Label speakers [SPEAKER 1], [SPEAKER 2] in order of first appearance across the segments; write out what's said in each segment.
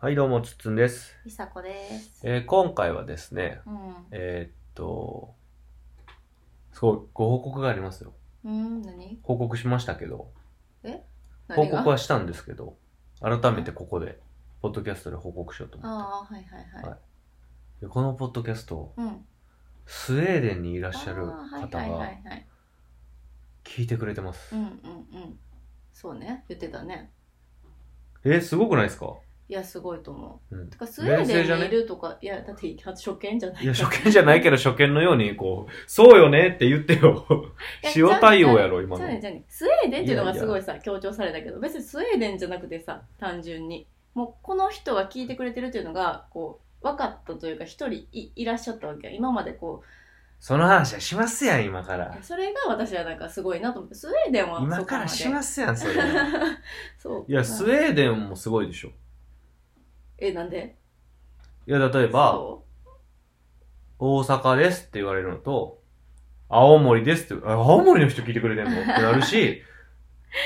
[SPEAKER 1] はい、どうも、つっつんです。
[SPEAKER 2] りさこです。
[SPEAKER 1] えー今回はですね、
[SPEAKER 2] う
[SPEAKER 1] えーっと、すごい、ご報告がありますよ。
[SPEAKER 2] ん。うん、何
[SPEAKER 1] 報告しましたけど、報
[SPEAKER 2] 何が
[SPEAKER 1] 告はしたんですけど、改めてここで、ポッドキャストで報告しようと思っ
[SPEAKER 2] ああ、はいはい
[SPEAKER 1] は
[SPEAKER 2] はいい。
[SPEAKER 1] て。でこのポッドキャスト、
[SPEAKER 2] うん。
[SPEAKER 1] スウェーデンにいらっしゃる
[SPEAKER 2] あー
[SPEAKER 1] 方
[SPEAKER 2] はいはいは
[SPEAKER 1] が
[SPEAKER 2] いはい。
[SPEAKER 1] 聞いてくれてます
[SPEAKER 2] うん。うんうん。そうね、言ってたね。
[SPEAKER 1] えーすごくないですか
[SPEAKER 2] いや、すごいと思
[SPEAKER 1] う
[SPEAKER 2] う。
[SPEAKER 1] ん
[SPEAKER 2] て。か、スウェー
[SPEAKER 1] 冷静じ
[SPEAKER 2] デ
[SPEAKER 1] ゃ
[SPEAKER 2] ン
[SPEAKER 1] ね
[SPEAKER 2] にいるとか、いや、だって初見じゃない
[SPEAKER 1] いや、初見じゃないけど、初見のように、こう、そうよねって言ってよ。
[SPEAKER 2] いや
[SPEAKER 1] 塩対応やろ、今
[SPEAKER 2] じ
[SPEAKER 1] の
[SPEAKER 2] ゃ。あね、じゃあね。スウェーデンっていうのがすごいさ、強調されたけど、別にスウェーデンじゃなくてさ、単純に。もう、この人が聞いてくれてるっていうのが、こう、分かったというか、一人いいらっしゃったわけや。今までこ
[SPEAKER 1] その話はしますやん、今から
[SPEAKER 2] う、。それが私はなんかすごいなと思って、スウェーデンは
[SPEAKER 1] 今
[SPEAKER 2] そこ
[SPEAKER 1] か
[SPEAKER 2] ま
[SPEAKER 1] ら
[SPEAKER 2] で。
[SPEAKER 1] しますやん、それ。
[SPEAKER 2] そう。
[SPEAKER 1] いや、スウェーデンもすごいでしょ。
[SPEAKER 2] え、なんで
[SPEAKER 1] いや、例えば、
[SPEAKER 2] そ
[SPEAKER 1] 大阪ですって言われるのと、青森ですって、あ青森の人聞いてくれてんのってなるし、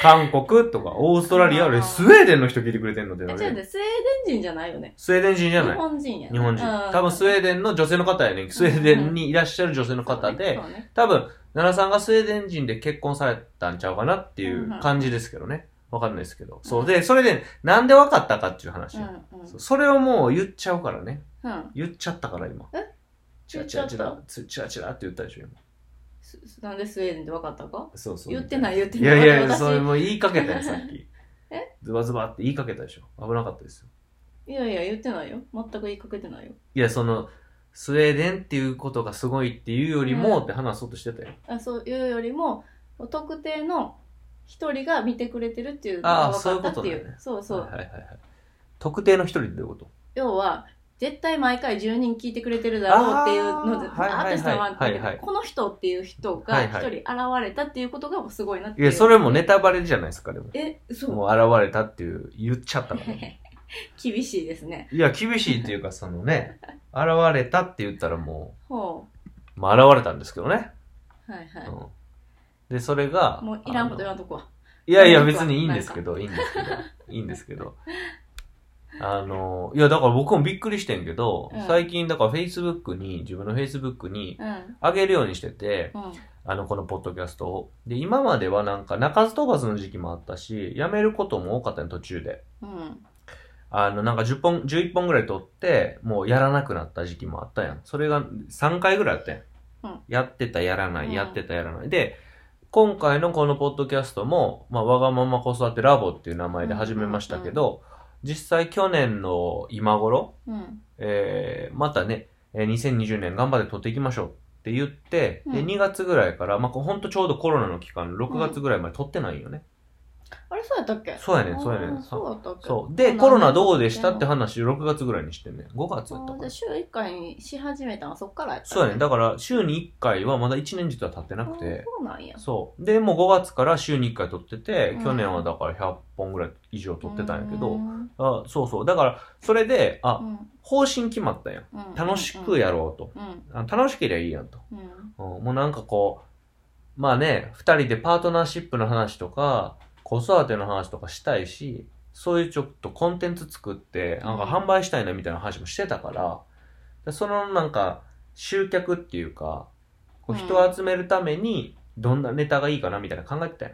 [SPEAKER 1] 韓国とかオーストラリア、あれ、スウェーデンの人聞いてくれてんのって
[SPEAKER 2] う
[SPEAKER 1] な
[SPEAKER 2] え、ちょっと待
[SPEAKER 1] る。
[SPEAKER 2] ってスウェーデン人じゃないよね。
[SPEAKER 1] スウェーデン人じゃ
[SPEAKER 2] 日
[SPEAKER 1] ない。
[SPEAKER 2] 本人や
[SPEAKER 1] 日
[SPEAKER 2] ね。
[SPEAKER 1] 本人。多分スウ
[SPEAKER 2] ー
[SPEAKER 1] ェーデンの女性の方やねん。スウェーデンにいらっしゃる女性の方で、
[SPEAKER 2] そうね。
[SPEAKER 1] 多分、奈良さんがスウェーデン人で結婚されたんちゃうかなっていう感じですけどね。わかんないですけど。そう。で、それで、なんでわかったかっていう話
[SPEAKER 2] そう。ねうんうん。
[SPEAKER 1] そうそれをもう言っちゃうからね。
[SPEAKER 2] うん
[SPEAKER 1] 言っちゃったから今。
[SPEAKER 2] え
[SPEAKER 1] チラチラチ
[SPEAKER 2] 言っちゃ
[SPEAKER 1] ラ
[SPEAKER 2] っ、
[SPEAKER 1] チチラチラって言ったでしょ、今。
[SPEAKER 2] すなんでスウェーデンって分かったか
[SPEAKER 1] そうそう。
[SPEAKER 2] 言ってない言って
[SPEAKER 1] い
[SPEAKER 2] ない。
[SPEAKER 1] やいや、
[SPEAKER 2] 私
[SPEAKER 1] それもう言いかけたよ、さっき。
[SPEAKER 2] え
[SPEAKER 1] ズバズバって言いかけたでしょ。危なかったですよ。
[SPEAKER 2] いやいや、言ってないよ。全く言いかけてないよ。
[SPEAKER 1] いや、その、スウェーデンっていうことがすごいっていうよりも、
[SPEAKER 2] うん
[SPEAKER 1] って話そうとしてたよ。
[SPEAKER 2] あそういうよりも、特定の一人が見てくれてるっていうの
[SPEAKER 1] あ
[SPEAKER 2] が
[SPEAKER 1] ー
[SPEAKER 2] 分かったってい
[SPEAKER 1] そういうことだ
[SPEAKER 2] う
[SPEAKER 1] ね。
[SPEAKER 2] そうそう
[SPEAKER 1] はいはいはいはい。特定の一人ってどういうこと
[SPEAKER 2] 要は絶対毎回10人聞いてくれてるだろうっていうので
[SPEAKER 1] あーはいはいはい
[SPEAKER 2] あとしたらまあ
[SPEAKER 1] はいはい
[SPEAKER 2] この人っていう人が
[SPEAKER 1] はい
[SPEAKER 2] 一
[SPEAKER 1] はい
[SPEAKER 2] 人現れたっていうことがすごいなって
[SPEAKER 1] い
[SPEAKER 2] いう。
[SPEAKER 1] や、それもネタバレじゃないですか、でも。
[SPEAKER 2] え、そう。
[SPEAKER 1] もう現れたっていう、言っちゃった から。い
[SPEAKER 2] 厳しいですね。
[SPEAKER 1] や、厳しいっていうか、そのね、現れたって言ったらも
[SPEAKER 2] ほ
[SPEAKER 1] う、まあ現れたんですけどね。
[SPEAKER 2] う。はいは
[SPEAKER 1] うんで、それが、
[SPEAKER 2] い。もういらんこと言
[SPEAKER 1] あ
[SPEAKER 2] わ
[SPEAKER 1] の
[SPEAKER 2] んとこは。
[SPEAKER 1] いやいや、別にいいんですけど、いいんですけど、いいんですけど。あの、いや、だから僕もびっくりしてんけど、
[SPEAKER 2] うん
[SPEAKER 1] 最近、だから Facebook に、自分の Facebook に
[SPEAKER 2] うん。
[SPEAKER 1] 上げるようにしてて、
[SPEAKER 2] うん。
[SPEAKER 1] あの、このポッドキャストを。で、今まではなんか、鳴かず飛ばずの時期もあったし、やめることも多かったね、途中で。
[SPEAKER 2] うん。
[SPEAKER 1] あの、なんか10本、11本ぐらい撮って、もうやらなくなった時期もあったやん。それが3回ぐらいあったやん。
[SPEAKER 2] うん
[SPEAKER 1] やってた、やらな
[SPEAKER 2] う
[SPEAKER 1] い、
[SPEAKER 2] ん
[SPEAKER 1] やってた、やらない。で、今回のこのポッドキャストも、まあ、わがまま子育てラボっていう名前で始めましたけど、実際去年の今頃、
[SPEAKER 2] うん。
[SPEAKER 1] えー、またね、えー2020年頑張って撮っていきましょうって言って、
[SPEAKER 2] う
[SPEAKER 1] で、
[SPEAKER 2] ん
[SPEAKER 1] 2月ぐらいから、まあ、こうほんとちょうどコロナの期間、6月ぐらいまで撮ってないよね。
[SPEAKER 2] あれ、そうやったっけ
[SPEAKER 1] そうやねんそうやねん
[SPEAKER 2] あーそうだったっけ
[SPEAKER 1] そう。で、コロナどうでしたって
[SPEAKER 2] あ
[SPEAKER 1] 話、6月ぐらいにしてんねん。5月やった
[SPEAKER 2] ー
[SPEAKER 1] か
[SPEAKER 2] じゃあ
[SPEAKER 1] な。
[SPEAKER 2] 週1回にし始めたのはそっからやった
[SPEAKER 1] そうやねん。
[SPEAKER 2] だ
[SPEAKER 1] だから、週に1回はまだ1年実は経ってなくて。
[SPEAKER 2] そうなんや。
[SPEAKER 1] そう。で、もう5月から週に1回撮ってて
[SPEAKER 2] う、ん
[SPEAKER 1] 去年はだから100本ぐらい以上撮ってたんやけ
[SPEAKER 2] う
[SPEAKER 1] ど、
[SPEAKER 2] ん
[SPEAKER 1] あそうそう。だから、それで、あ、方針決まったんやん。
[SPEAKER 2] うん
[SPEAKER 1] 楽しくやろうと。
[SPEAKER 2] うん。
[SPEAKER 1] あ楽しけりゃいいやんと。
[SPEAKER 2] うん。うん
[SPEAKER 1] うんもうなんかこう、まあね、二人でパートナーシップの話とか、子育ての話とかしたいし、そういうちょっとコンテンツ作って、なんか販売したいなみたいな話もしてたから、でそのなんか集客っていうか、こう人を集めるために、どんなネタがいいかなみたいな考えてたよ。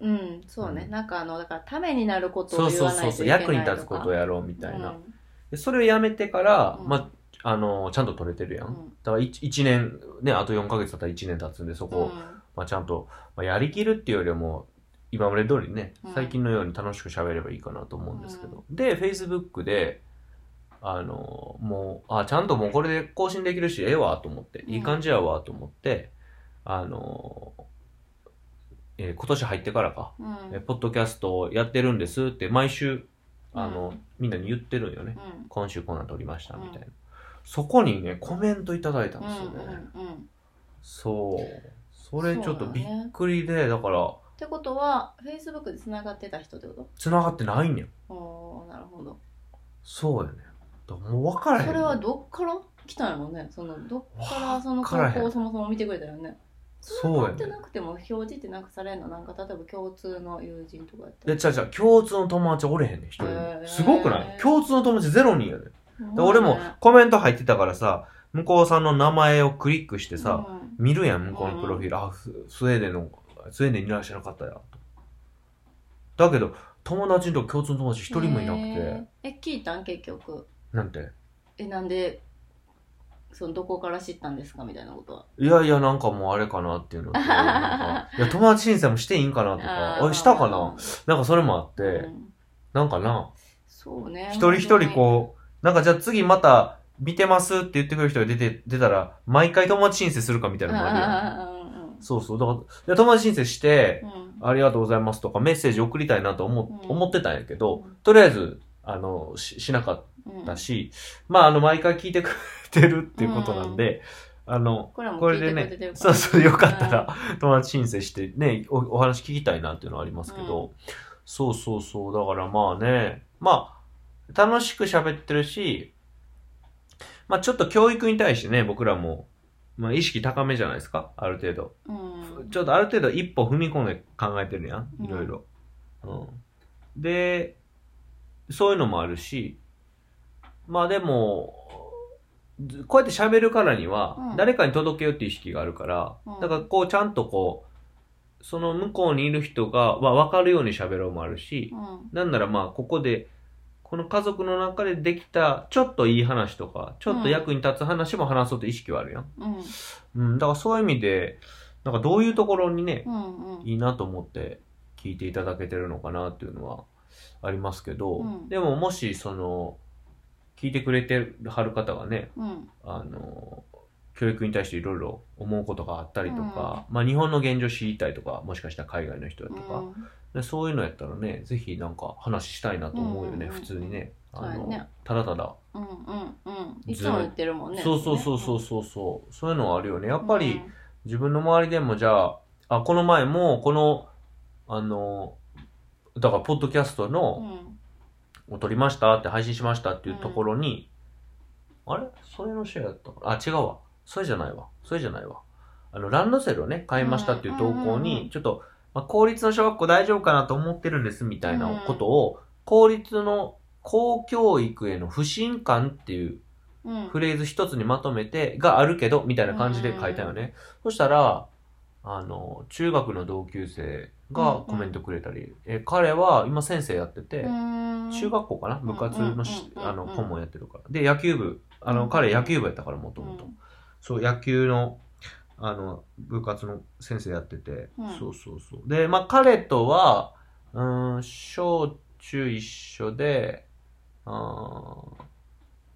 [SPEAKER 2] うん、そうね、
[SPEAKER 1] うん
[SPEAKER 2] なんかあの、だから、ためになること
[SPEAKER 1] そ
[SPEAKER 2] を
[SPEAKER 1] う
[SPEAKER 2] 言
[SPEAKER 1] そう
[SPEAKER 2] わな
[SPEAKER 1] そ
[SPEAKER 2] いうと
[SPEAKER 1] そ、
[SPEAKER 2] いうけないとか。
[SPEAKER 1] 役に立つことをやろうみたいな。
[SPEAKER 2] うん
[SPEAKER 1] でそれをやめてから、
[SPEAKER 2] うん
[SPEAKER 1] まあ、あの、ちゃんと取れてるやん。
[SPEAKER 2] うん
[SPEAKER 1] だから 1, 年、ね、あと4ヶ月経ったら1年経つんで、そこをまあ、ちゃんと、まあ、やりきるっていうよりはもう今まで通りね
[SPEAKER 2] うん
[SPEAKER 1] 最近のように楽しく喋ればいいかなと思うんですけど、で Facebook であのもうあちゃんともうこれで更新できるしええわと思って
[SPEAKER 2] うん
[SPEAKER 1] いい感じやわと思って、あの、えー今年入ってからか、
[SPEAKER 2] うん。うん
[SPEAKER 1] えーポッドキャストやってるんですって毎週あの、
[SPEAKER 2] うん
[SPEAKER 1] みんなに言ってるんよね、
[SPEAKER 2] うん
[SPEAKER 1] 今週こんなん撮りましたみたいな、そこにねコメントいただいたんですよね、
[SPEAKER 2] うんうんうん
[SPEAKER 1] そう。それちょっとびっくりで、だから、
[SPEAKER 2] ってことは、Facebook でつながってた人ってこ
[SPEAKER 1] 繋がってないねん。
[SPEAKER 2] とおーなるほど。
[SPEAKER 1] そうやねん。だからもう分からへんね
[SPEAKER 2] そ
[SPEAKER 1] ん。
[SPEAKER 2] れはどっから来たんやろね。そのどっからその
[SPEAKER 1] わからへん
[SPEAKER 2] 投稿をそもそも見てくれたよね。それ
[SPEAKER 1] そうや
[SPEAKER 2] は
[SPEAKER 1] ね
[SPEAKER 2] 買ってなくても表示ってなんかされるのなんか例えば共通の友人とかやった
[SPEAKER 1] で、
[SPEAKER 2] ら
[SPEAKER 1] ちゃうちゃう、共通の友達おれへんねん、一人
[SPEAKER 2] へ
[SPEAKER 1] も。
[SPEAKER 2] ー
[SPEAKER 1] すごくない共通の友達ゼロ人やねん。で
[SPEAKER 2] うん
[SPEAKER 1] 俺もコメント入ってたからさ、向こうさんの名前をクリックしてさ、
[SPEAKER 2] うん
[SPEAKER 1] 見るやん、向こうのプロフィール。あ、ススウェーデンの、スウェーデンにいらっしゃらなかったや。だけど、友達のとこ共通の友達一人もいなくて、
[SPEAKER 2] へーえ聞いたん結局
[SPEAKER 1] なんて。
[SPEAKER 2] えなんでそのどこから知ったんですかみたいなことはい
[SPEAKER 1] やいや、なんかもうあれかなっていうの と、なんかいや、友達申請もしていいんかなとか、あしたかななんかそれもあって、
[SPEAKER 2] で、うん
[SPEAKER 1] なんかな、
[SPEAKER 2] そうね
[SPEAKER 1] 一人一人こう、なんかじゃあ次また見てますって言ってくる人が出て、出たら、毎回友達申請するかみたいなのもあるよ。
[SPEAKER 2] う
[SPEAKER 1] そうそう。だからいや、友達申請して、
[SPEAKER 2] んうんうんうん
[SPEAKER 1] ありがとうございますとかメッセージ送りたいなと思,、
[SPEAKER 2] うん
[SPEAKER 1] 思ってたんやけど、とりあえず、あの、ししなかったし、まあ、あの、毎回聞いてくれてるっていうことなんで、あの、
[SPEAKER 2] これはもう
[SPEAKER 1] こ
[SPEAKER 2] 聞
[SPEAKER 1] れ
[SPEAKER 2] いて
[SPEAKER 1] で
[SPEAKER 2] くれて
[SPEAKER 1] ね
[SPEAKER 2] る、か
[SPEAKER 1] そう
[SPEAKER 2] ら
[SPEAKER 1] そう、よかったら、友達申請してね、おお話聞きたいなっていうのはありますけど、そうそうそう、だからまあね、まあ、楽しく喋ってるし、まあちょっと教育に対してね、僕らも、まあ意識高めじゃないですか、ある程度。
[SPEAKER 2] うん
[SPEAKER 1] ちょっとある程度一歩踏み込んで考えてるやん、いろいろ。うん、で、そういうのもあるし、まあでも、ずこうやって喋るからに
[SPEAKER 2] う
[SPEAKER 1] は
[SPEAKER 2] ん、
[SPEAKER 1] 誰かに届けようっていう意識があるから、
[SPEAKER 2] うん
[SPEAKER 1] だからこうちゃんとこう、その向こうにいる人が、まあ、分かるように喋ろうもあるし、
[SPEAKER 2] うん
[SPEAKER 1] なんならまあここで、この家族の中でできた、ちょっといい話とか、ちょっと役に立つ話も話そうって意識はあるやん。
[SPEAKER 2] うん
[SPEAKER 1] うん、だからそういう意味で、なんかどういうところにね、
[SPEAKER 2] うんうん
[SPEAKER 1] いいなと思って聞いていただけてるのかなっていうのはありますけど、
[SPEAKER 2] うん
[SPEAKER 1] でももしその、聞いてくれてはる方がね、
[SPEAKER 2] うん
[SPEAKER 1] あの、教育に対していろいろ思うことがあったりとか、まあ日本の現状知りたいとか、もしかしたら海外の人だとか、
[SPEAKER 2] うん
[SPEAKER 1] でそういうのやったらね、ぜひなんか話したいなと思うよね、
[SPEAKER 2] うんうんうん
[SPEAKER 1] 普通にね。あ
[SPEAKER 2] そう
[SPEAKER 1] の、
[SPEAKER 2] やね
[SPEAKER 1] ただただ、
[SPEAKER 2] うんうんうんいつも言ってるもんね
[SPEAKER 1] そうそうそうそううそうそう、そういうのはあるよね。やっぱり、自分の周りでもじゃあ、あ、この前も、この、あの、だから、ポッドキャスト
[SPEAKER 2] う
[SPEAKER 1] の、
[SPEAKER 2] ん
[SPEAKER 1] を撮りましたって、配信しましたっていうところに、あれそれのシェアだったかなあ、違うわ。それじゃないわ。それじゃないわ。あの、ランドセルをね、買いましたっていう投稿
[SPEAKER 2] うんうんうんう
[SPEAKER 1] に
[SPEAKER 2] ん、
[SPEAKER 1] ちょっと、まあ、公立の小学校大丈夫かなと思ってるんです、みたいな
[SPEAKER 2] うん
[SPEAKER 1] ことを、公立の公教育への不信感っていう
[SPEAKER 2] うん
[SPEAKER 1] フレーズ一つにまとめて、があるけど、みたいな感じで書いたよね。そしたら、あの、中学の同級生がコメントくれたり、え彼は今先生やってて、
[SPEAKER 2] うん
[SPEAKER 1] 中学校かな部活のし、
[SPEAKER 2] うんうん
[SPEAKER 1] あ
[SPEAKER 2] うんう
[SPEAKER 1] の、
[SPEAKER 2] ん
[SPEAKER 1] 顧問やってるから。で、野球部、あ
[SPEAKER 2] うんう
[SPEAKER 1] の、
[SPEAKER 2] ん
[SPEAKER 1] 彼野球部やったから、もと
[SPEAKER 2] う
[SPEAKER 1] もと。
[SPEAKER 2] ん
[SPEAKER 1] そう、野球の、あの、部活の先生やってて、
[SPEAKER 2] うん
[SPEAKER 1] そうそうそう。で、まあ、彼とは、うーん、小中一緒で、うーん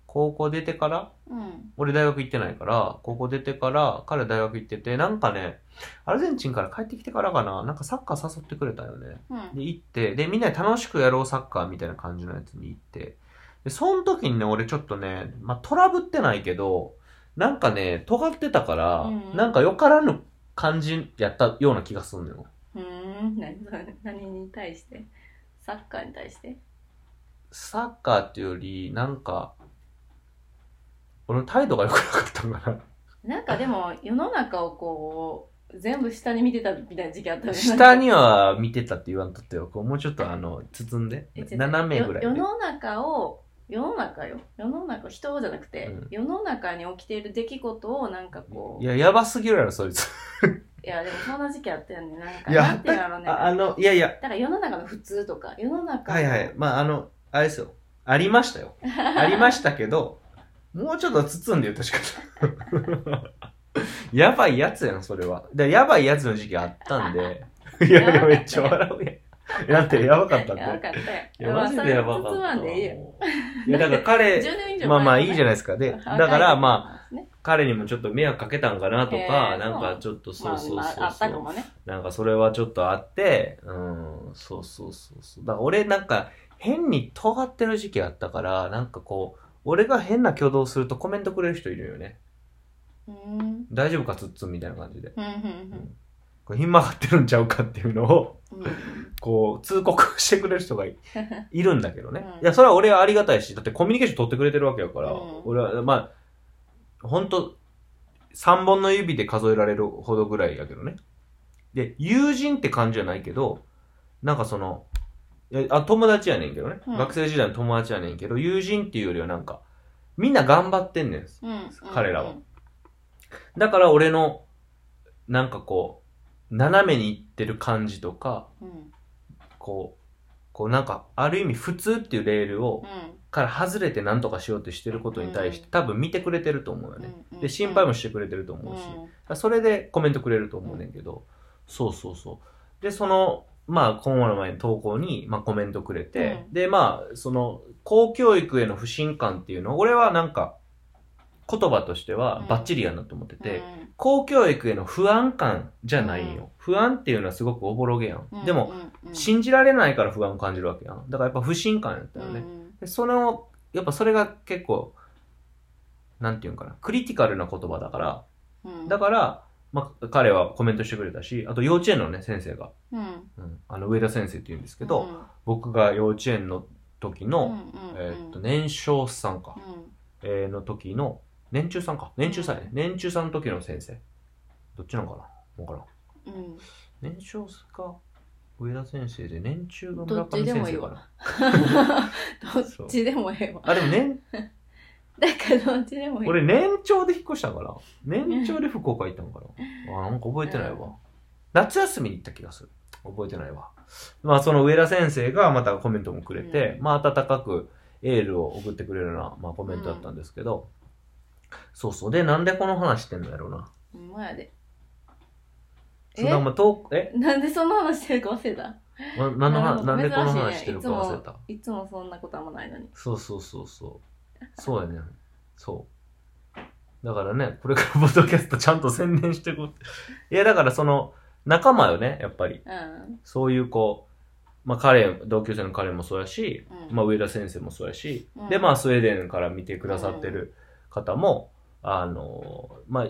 [SPEAKER 1] 高校出てから
[SPEAKER 2] うん
[SPEAKER 1] 俺大学行ってないから、高校出てから、彼大学行ってて、なんかね、アルゼンチンから帰ってきてからかな、なんかサッカー誘ってくれたよね。
[SPEAKER 2] うん
[SPEAKER 1] で、行って、で、みんなで楽しくやろうサッカーみたいな感じのやつに行って、で、その時にね、俺ちょっとね、まあ、トラブってないけど、なんかね、尖ってたから、
[SPEAKER 2] うん
[SPEAKER 1] なんかよからぬ感じやったような気がすんのよ。
[SPEAKER 2] うん何それ何に対してサッカーに対して
[SPEAKER 1] サッカーっていうより、なんか、俺の態度が良くなかったのかな。
[SPEAKER 2] なんかでも世の中をこう全部下に見てたみたいな時期あったよね
[SPEAKER 1] 下には見てたって言わんとってよ。こうもうちょっとあの、包んで。
[SPEAKER 2] え違う
[SPEAKER 1] 斜めぐらいで
[SPEAKER 2] よ世。の中を世の中よ世の中人じゃなくて、
[SPEAKER 1] うん
[SPEAKER 2] 世の中に起きている出来事をなんかこう
[SPEAKER 1] い
[SPEAKER 2] いや
[SPEAKER 1] や、やばすぎるやろ、そいつ。
[SPEAKER 2] でもそんな時期あったよねなんか
[SPEAKER 1] いや
[SPEAKER 2] なんていうのね
[SPEAKER 1] ああの、いやいや、
[SPEAKER 2] だから世の中の普通とか世の中の
[SPEAKER 1] はいはい。まあ、あの、あれですよ。ありました よ。ありましたけど、もうちょっと包んでよ、確かに。やばいやつやん、それは。で、やばいやつの時期あったん で。いやいや、めっちゃ笑うやん。だって、やばかったって。
[SPEAKER 2] やばかったよ
[SPEAKER 1] いや、マジでやばかった
[SPEAKER 2] まあ
[SPEAKER 1] わ。
[SPEAKER 2] それ包まんでいいよ
[SPEAKER 1] いや、だから 彼、
[SPEAKER 2] 10年以上前
[SPEAKER 1] まあまあいいじゃないですか。で、だからまあ、
[SPEAKER 2] あ、ね、
[SPEAKER 1] 彼にもちょっと迷惑かけたんかなとか、
[SPEAKER 2] えー
[SPEAKER 1] なんかちょっとそうそうそうそう、
[SPEAKER 2] まあまあ、あったかもね
[SPEAKER 1] なんかそれはちょっとあって、うん、そうそうそうそう。だから俺なんか変に尖ってる時期あったから、なんかこう、俺が変な挙動するとコメントくれる人いるよね。
[SPEAKER 2] うんうん
[SPEAKER 1] 大丈夫か、つっつんみたいな感じで。
[SPEAKER 2] うん
[SPEAKER 1] これひん曲がってるんちゃうかっていうのを、
[SPEAKER 2] うんうん
[SPEAKER 1] こう、通告してくれる人 がいいるんだけどね。
[SPEAKER 2] うん
[SPEAKER 1] いや、それは俺はありがたいし、だってコミュニケーション取ってくれてるわけやから、
[SPEAKER 2] うん
[SPEAKER 1] 俺は、まあ、本当3本の指で数えられるほどぐらいやけどね。で、友人って感じじゃないけど、なんかその、いやあ友達やねんけどね、
[SPEAKER 2] うん
[SPEAKER 1] 学生時代の友達やねんけど、友人っていうよりはなんか、みんな頑張ってんねん。
[SPEAKER 2] うん
[SPEAKER 1] 彼らはだから俺の、なんかこう、斜めにいってる感じとか、
[SPEAKER 2] うんうん
[SPEAKER 1] こう、こうなんか、ある意味普通っていうレールを、から外れて何とかしようとしてることに対して、多分見てくれてると思うよ
[SPEAKER 2] うん
[SPEAKER 1] ね。
[SPEAKER 2] うん
[SPEAKER 1] で、心配もしてくれてると思うし、
[SPEAKER 2] うん
[SPEAKER 1] それでコメントくれると思うねんけど、そうそうそう。で、その、まあ、今後の前の投稿に、まあ、コメントくれて、
[SPEAKER 2] う
[SPEAKER 1] で、まあ、その、公教育への不信感っていうのを、俺はなんか、言葉としては
[SPEAKER 2] うん
[SPEAKER 1] バッチリやなと思ってて、
[SPEAKER 2] うん
[SPEAKER 1] 公教育への不安感じゃないんよ。不安っていうのはすごくおぼろげやん。
[SPEAKER 2] うん
[SPEAKER 1] でも、、信じられないから不安を感じるわけやん。だからやっぱ不信感やったよね。でその、やっぱそれが結構、なんていうんかな、クリティカルな言葉だから、だ
[SPEAKER 2] か
[SPEAKER 1] から、まあ、彼はコメントしてくれたし、あと幼稚園のね、先生が、
[SPEAKER 2] ら、うん
[SPEAKER 1] うん、あの、上田先生って言うんですけど、、僕が幼稚園の時
[SPEAKER 2] うん
[SPEAKER 1] の、、
[SPEAKER 2] うん
[SPEAKER 1] えーっと、、年少さんか、えーの時の、年中さんか、年中さんやね、年中さんの時の先生。どっちなのかなわからん。
[SPEAKER 2] うんうん
[SPEAKER 1] 年少か、上田先生で、年中が
[SPEAKER 2] ど
[SPEAKER 1] 村
[SPEAKER 2] っち
[SPEAKER 1] 上
[SPEAKER 2] で
[SPEAKER 1] 先
[SPEAKER 2] もいい
[SPEAKER 1] 生
[SPEAKER 2] わ
[SPEAKER 1] かな。
[SPEAKER 2] どっちでもええわ。
[SPEAKER 1] あ、でも年、
[SPEAKER 2] だからどっちでもいい。
[SPEAKER 1] 俺年長で引っ越したから、年長で福岡行ったのかな。あ、なんか覚えてないわ。
[SPEAKER 2] うん
[SPEAKER 1] 夏休みに行った気がする。覚えてないわ。まあ、その上田先生がまたコメントもくれて、まあ、温かくエールを送ってくれるような、まあ、コメントだったんですけど、そうそう。で、なんでこの話してんのやろうな。
[SPEAKER 2] ほんまやで。
[SPEAKER 1] そんな、
[SPEAKER 2] え
[SPEAKER 1] まあ、遠く、え
[SPEAKER 2] なんでそんな話してるか忘れた
[SPEAKER 1] ななんの話な
[SPEAKER 2] なるほど
[SPEAKER 1] んでこの話
[SPEAKER 2] 珍しいね
[SPEAKER 1] してるか忘れた。
[SPEAKER 2] いつもそんなことあんまないのに。
[SPEAKER 1] そうそうそうそう。そうやね。そう。だからね、これからポッドキャストちゃんと宣伝していこう。いや、だからその、仲間よね、やっぱり。
[SPEAKER 2] うん。
[SPEAKER 1] そういうこう、まあ彼、同級生の彼もそうやし、
[SPEAKER 2] うん
[SPEAKER 1] まあ上田先生もそうやし、
[SPEAKER 2] うん
[SPEAKER 1] で、まあスウェーデンから見てくださってる方も、あの、まあ、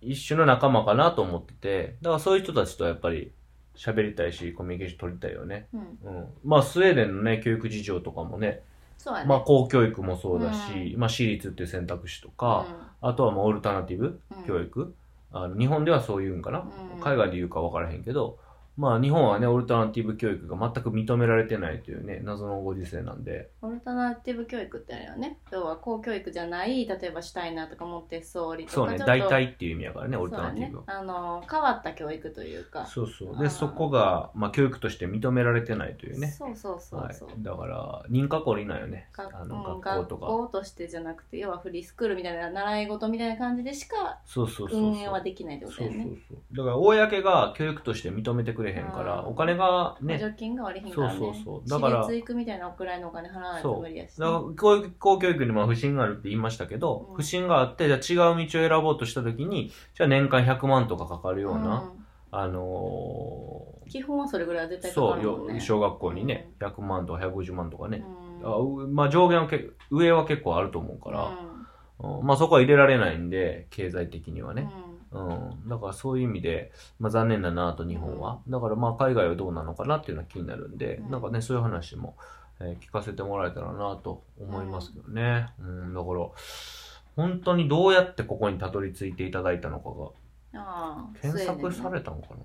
[SPEAKER 1] 一種の仲間かなと思ってて、だからそういう人たちとはやっぱり喋りたいし、コミュニケーション取りたいよね。
[SPEAKER 2] うん。
[SPEAKER 1] うん。まあスウェーデンのね、教育事情とかもね、
[SPEAKER 2] そうやね。
[SPEAKER 1] まあ、公教育もそうだし、まあ、私立っていう選択肢とか、あとはもうオルタナティブ
[SPEAKER 2] うん、
[SPEAKER 1] 教育、あの日本ではそういうんかな、
[SPEAKER 2] うん
[SPEAKER 1] 海外で言うか分からへんけど、まあ、日本はねオルタナティブ教育が全く認められてないというね謎のご時世なんで、
[SPEAKER 2] オルタナティブ教育ってあれよね。要は公教育じゃない、例えばシュタイナーとかモンテッソーリとか。
[SPEAKER 1] そうね
[SPEAKER 2] ちょっと
[SPEAKER 1] 代替っていう意味やからねオル
[SPEAKER 2] そ
[SPEAKER 1] タ
[SPEAKER 2] うだ
[SPEAKER 1] ナティ
[SPEAKER 2] ね
[SPEAKER 1] ブは。
[SPEAKER 2] あの、変わった教育というか。
[SPEAKER 1] そうそう
[SPEAKER 2] あ
[SPEAKER 1] で
[SPEAKER 2] ー
[SPEAKER 1] そこが、まあ、教育として認められてないというね
[SPEAKER 2] そうそうそうそう。
[SPEAKER 1] はい、だから認可校にいないよね
[SPEAKER 2] 学
[SPEAKER 1] あ
[SPEAKER 2] う
[SPEAKER 1] の
[SPEAKER 2] ん
[SPEAKER 1] 学校と
[SPEAKER 2] 学
[SPEAKER 1] か
[SPEAKER 2] 校としてじゃなくて要はフリースクールみたいな習い事みたいな感じでしか
[SPEAKER 1] そうそうそうそう
[SPEAKER 2] 運営はできないってこと
[SPEAKER 1] そ
[SPEAKER 2] だ
[SPEAKER 1] う
[SPEAKER 2] よ
[SPEAKER 1] そう
[SPEAKER 2] ね
[SPEAKER 1] そうだから公が教育として認めてくれへんから
[SPEAKER 2] うん
[SPEAKER 1] お金が
[SPEAKER 2] 補
[SPEAKER 1] ね
[SPEAKER 2] 助金が割りひんからね
[SPEAKER 1] そうそうそうだから
[SPEAKER 2] 私立行くみたいなおくらいのお金払わないと無理やし、
[SPEAKER 1] だから教育公教育にも不信があるって言いましたけど、
[SPEAKER 2] うん
[SPEAKER 1] 不信があってじゃあ違う道を選ぼうとした時にじゃあ年間100万とかかかるような、あの
[SPEAKER 2] うん基本はそれぐらいは絶
[SPEAKER 1] ー
[SPEAKER 2] 対か
[SPEAKER 1] そ
[SPEAKER 2] か
[SPEAKER 1] う
[SPEAKER 2] るもん、
[SPEAKER 1] よ
[SPEAKER 2] ね、
[SPEAKER 1] 小学校にね、100万とか150万とかね、
[SPEAKER 2] うん
[SPEAKER 1] あうまあ上限はけ上は結構あると思うから、
[SPEAKER 2] うん
[SPEAKER 1] うんまあそこは入れられないんで経済的にはね、
[SPEAKER 2] うん
[SPEAKER 1] うん、だからそういう意味で、まあ、残念だなと日本は、だからまあ海外はどうなのかなっていうのは気になるんで、
[SPEAKER 2] うん
[SPEAKER 1] なんかねそういう話も、えー聞かせてもらえたらなと思いますけどね、うんだから本当にどうやってここにたどり着いていただいたのか
[SPEAKER 2] ああ
[SPEAKER 1] が検索
[SPEAKER 2] スウェーデン
[SPEAKER 1] さ
[SPEAKER 2] ね
[SPEAKER 1] れたのかな、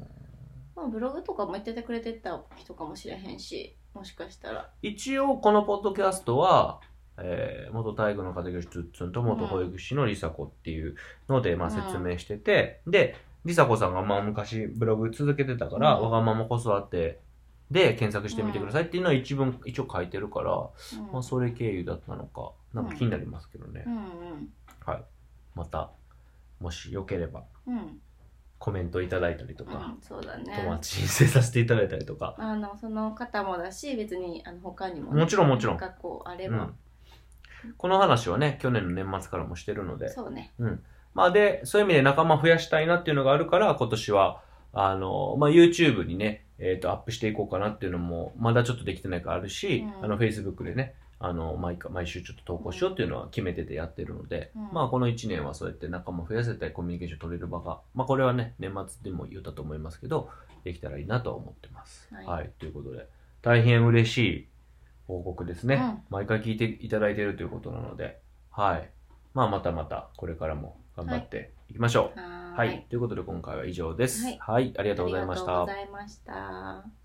[SPEAKER 2] まあ、ブログとかも言っててくれてた人かもしれへんしもしかしたら
[SPEAKER 1] 一応このポッドキャストは、えー元体育の家庭教師つっつんと元保育士のりさこっていうので、まあ、
[SPEAKER 2] うん
[SPEAKER 1] 説明してて、でりさこさんがまあ昔ブログ続けてたから、
[SPEAKER 2] うん
[SPEAKER 1] わがまま子育てで検索してみてくださいっていうのは一文一応書いてるから、
[SPEAKER 2] うん
[SPEAKER 1] まあ、それ経由だったのかなんか気になりますけどね、
[SPEAKER 2] うんうん
[SPEAKER 1] はいまたもしよければ
[SPEAKER 2] うんうん
[SPEAKER 1] コメントいただいたりとか、
[SPEAKER 2] そうだね
[SPEAKER 1] 友達申請させていただいたりとか、
[SPEAKER 2] あのその方もだし別にあの他にも、
[SPEAKER 1] もちろんもちろん
[SPEAKER 2] なんかこうあれ
[SPEAKER 1] う
[SPEAKER 2] ば、
[SPEAKER 1] ん、この話はね去年の年末からもしてるので
[SPEAKER 2] そうね
[SPEAKER 1] まあで、そういう意味で仲間増やしたいなっていうのがあるから、今年は、あの、まあ YouTube にね、えっ、と、アップしていこうかなっていうのも、まだちょっとできてないからあるし、
[SPEAKER 2] うん
[SPEAKER 1] あの、Facebook でね、あの、毎回、毎週ちょっと投稿しようっていうのは決めててやってるので、
[SPEAKER 2] うん
[SPEAKER 1] まあこの1年はそうやって仲間増やせたり、コミュニケーション取れる場が、まあこれはね、年末でも言ったと思いますけど、できたらいいなとは思ってます。は、
[SPEAKER 2] はいい
[SPEAKER 1] ということで、大変嬉しい報告ですね。
[SPEAKER 2] うん
[SPEAKER 1] 毎回聞いていただいているということなので、はい。まあ、またまたこれからも頑張っていきましょう。
[SPEAKER 2] は
[SPEAKER 1] は
[SPEAKER 2] ー
[SPEAKER 1] い。ということで今回は以上です。
[SPEAKER 2] は
[SPEAKER 1] はいい。ありがとうございまし
[SPEAKER 2] あり
[SPEAKER 1] た
[SPEAKER 2] がとうご。ざいました。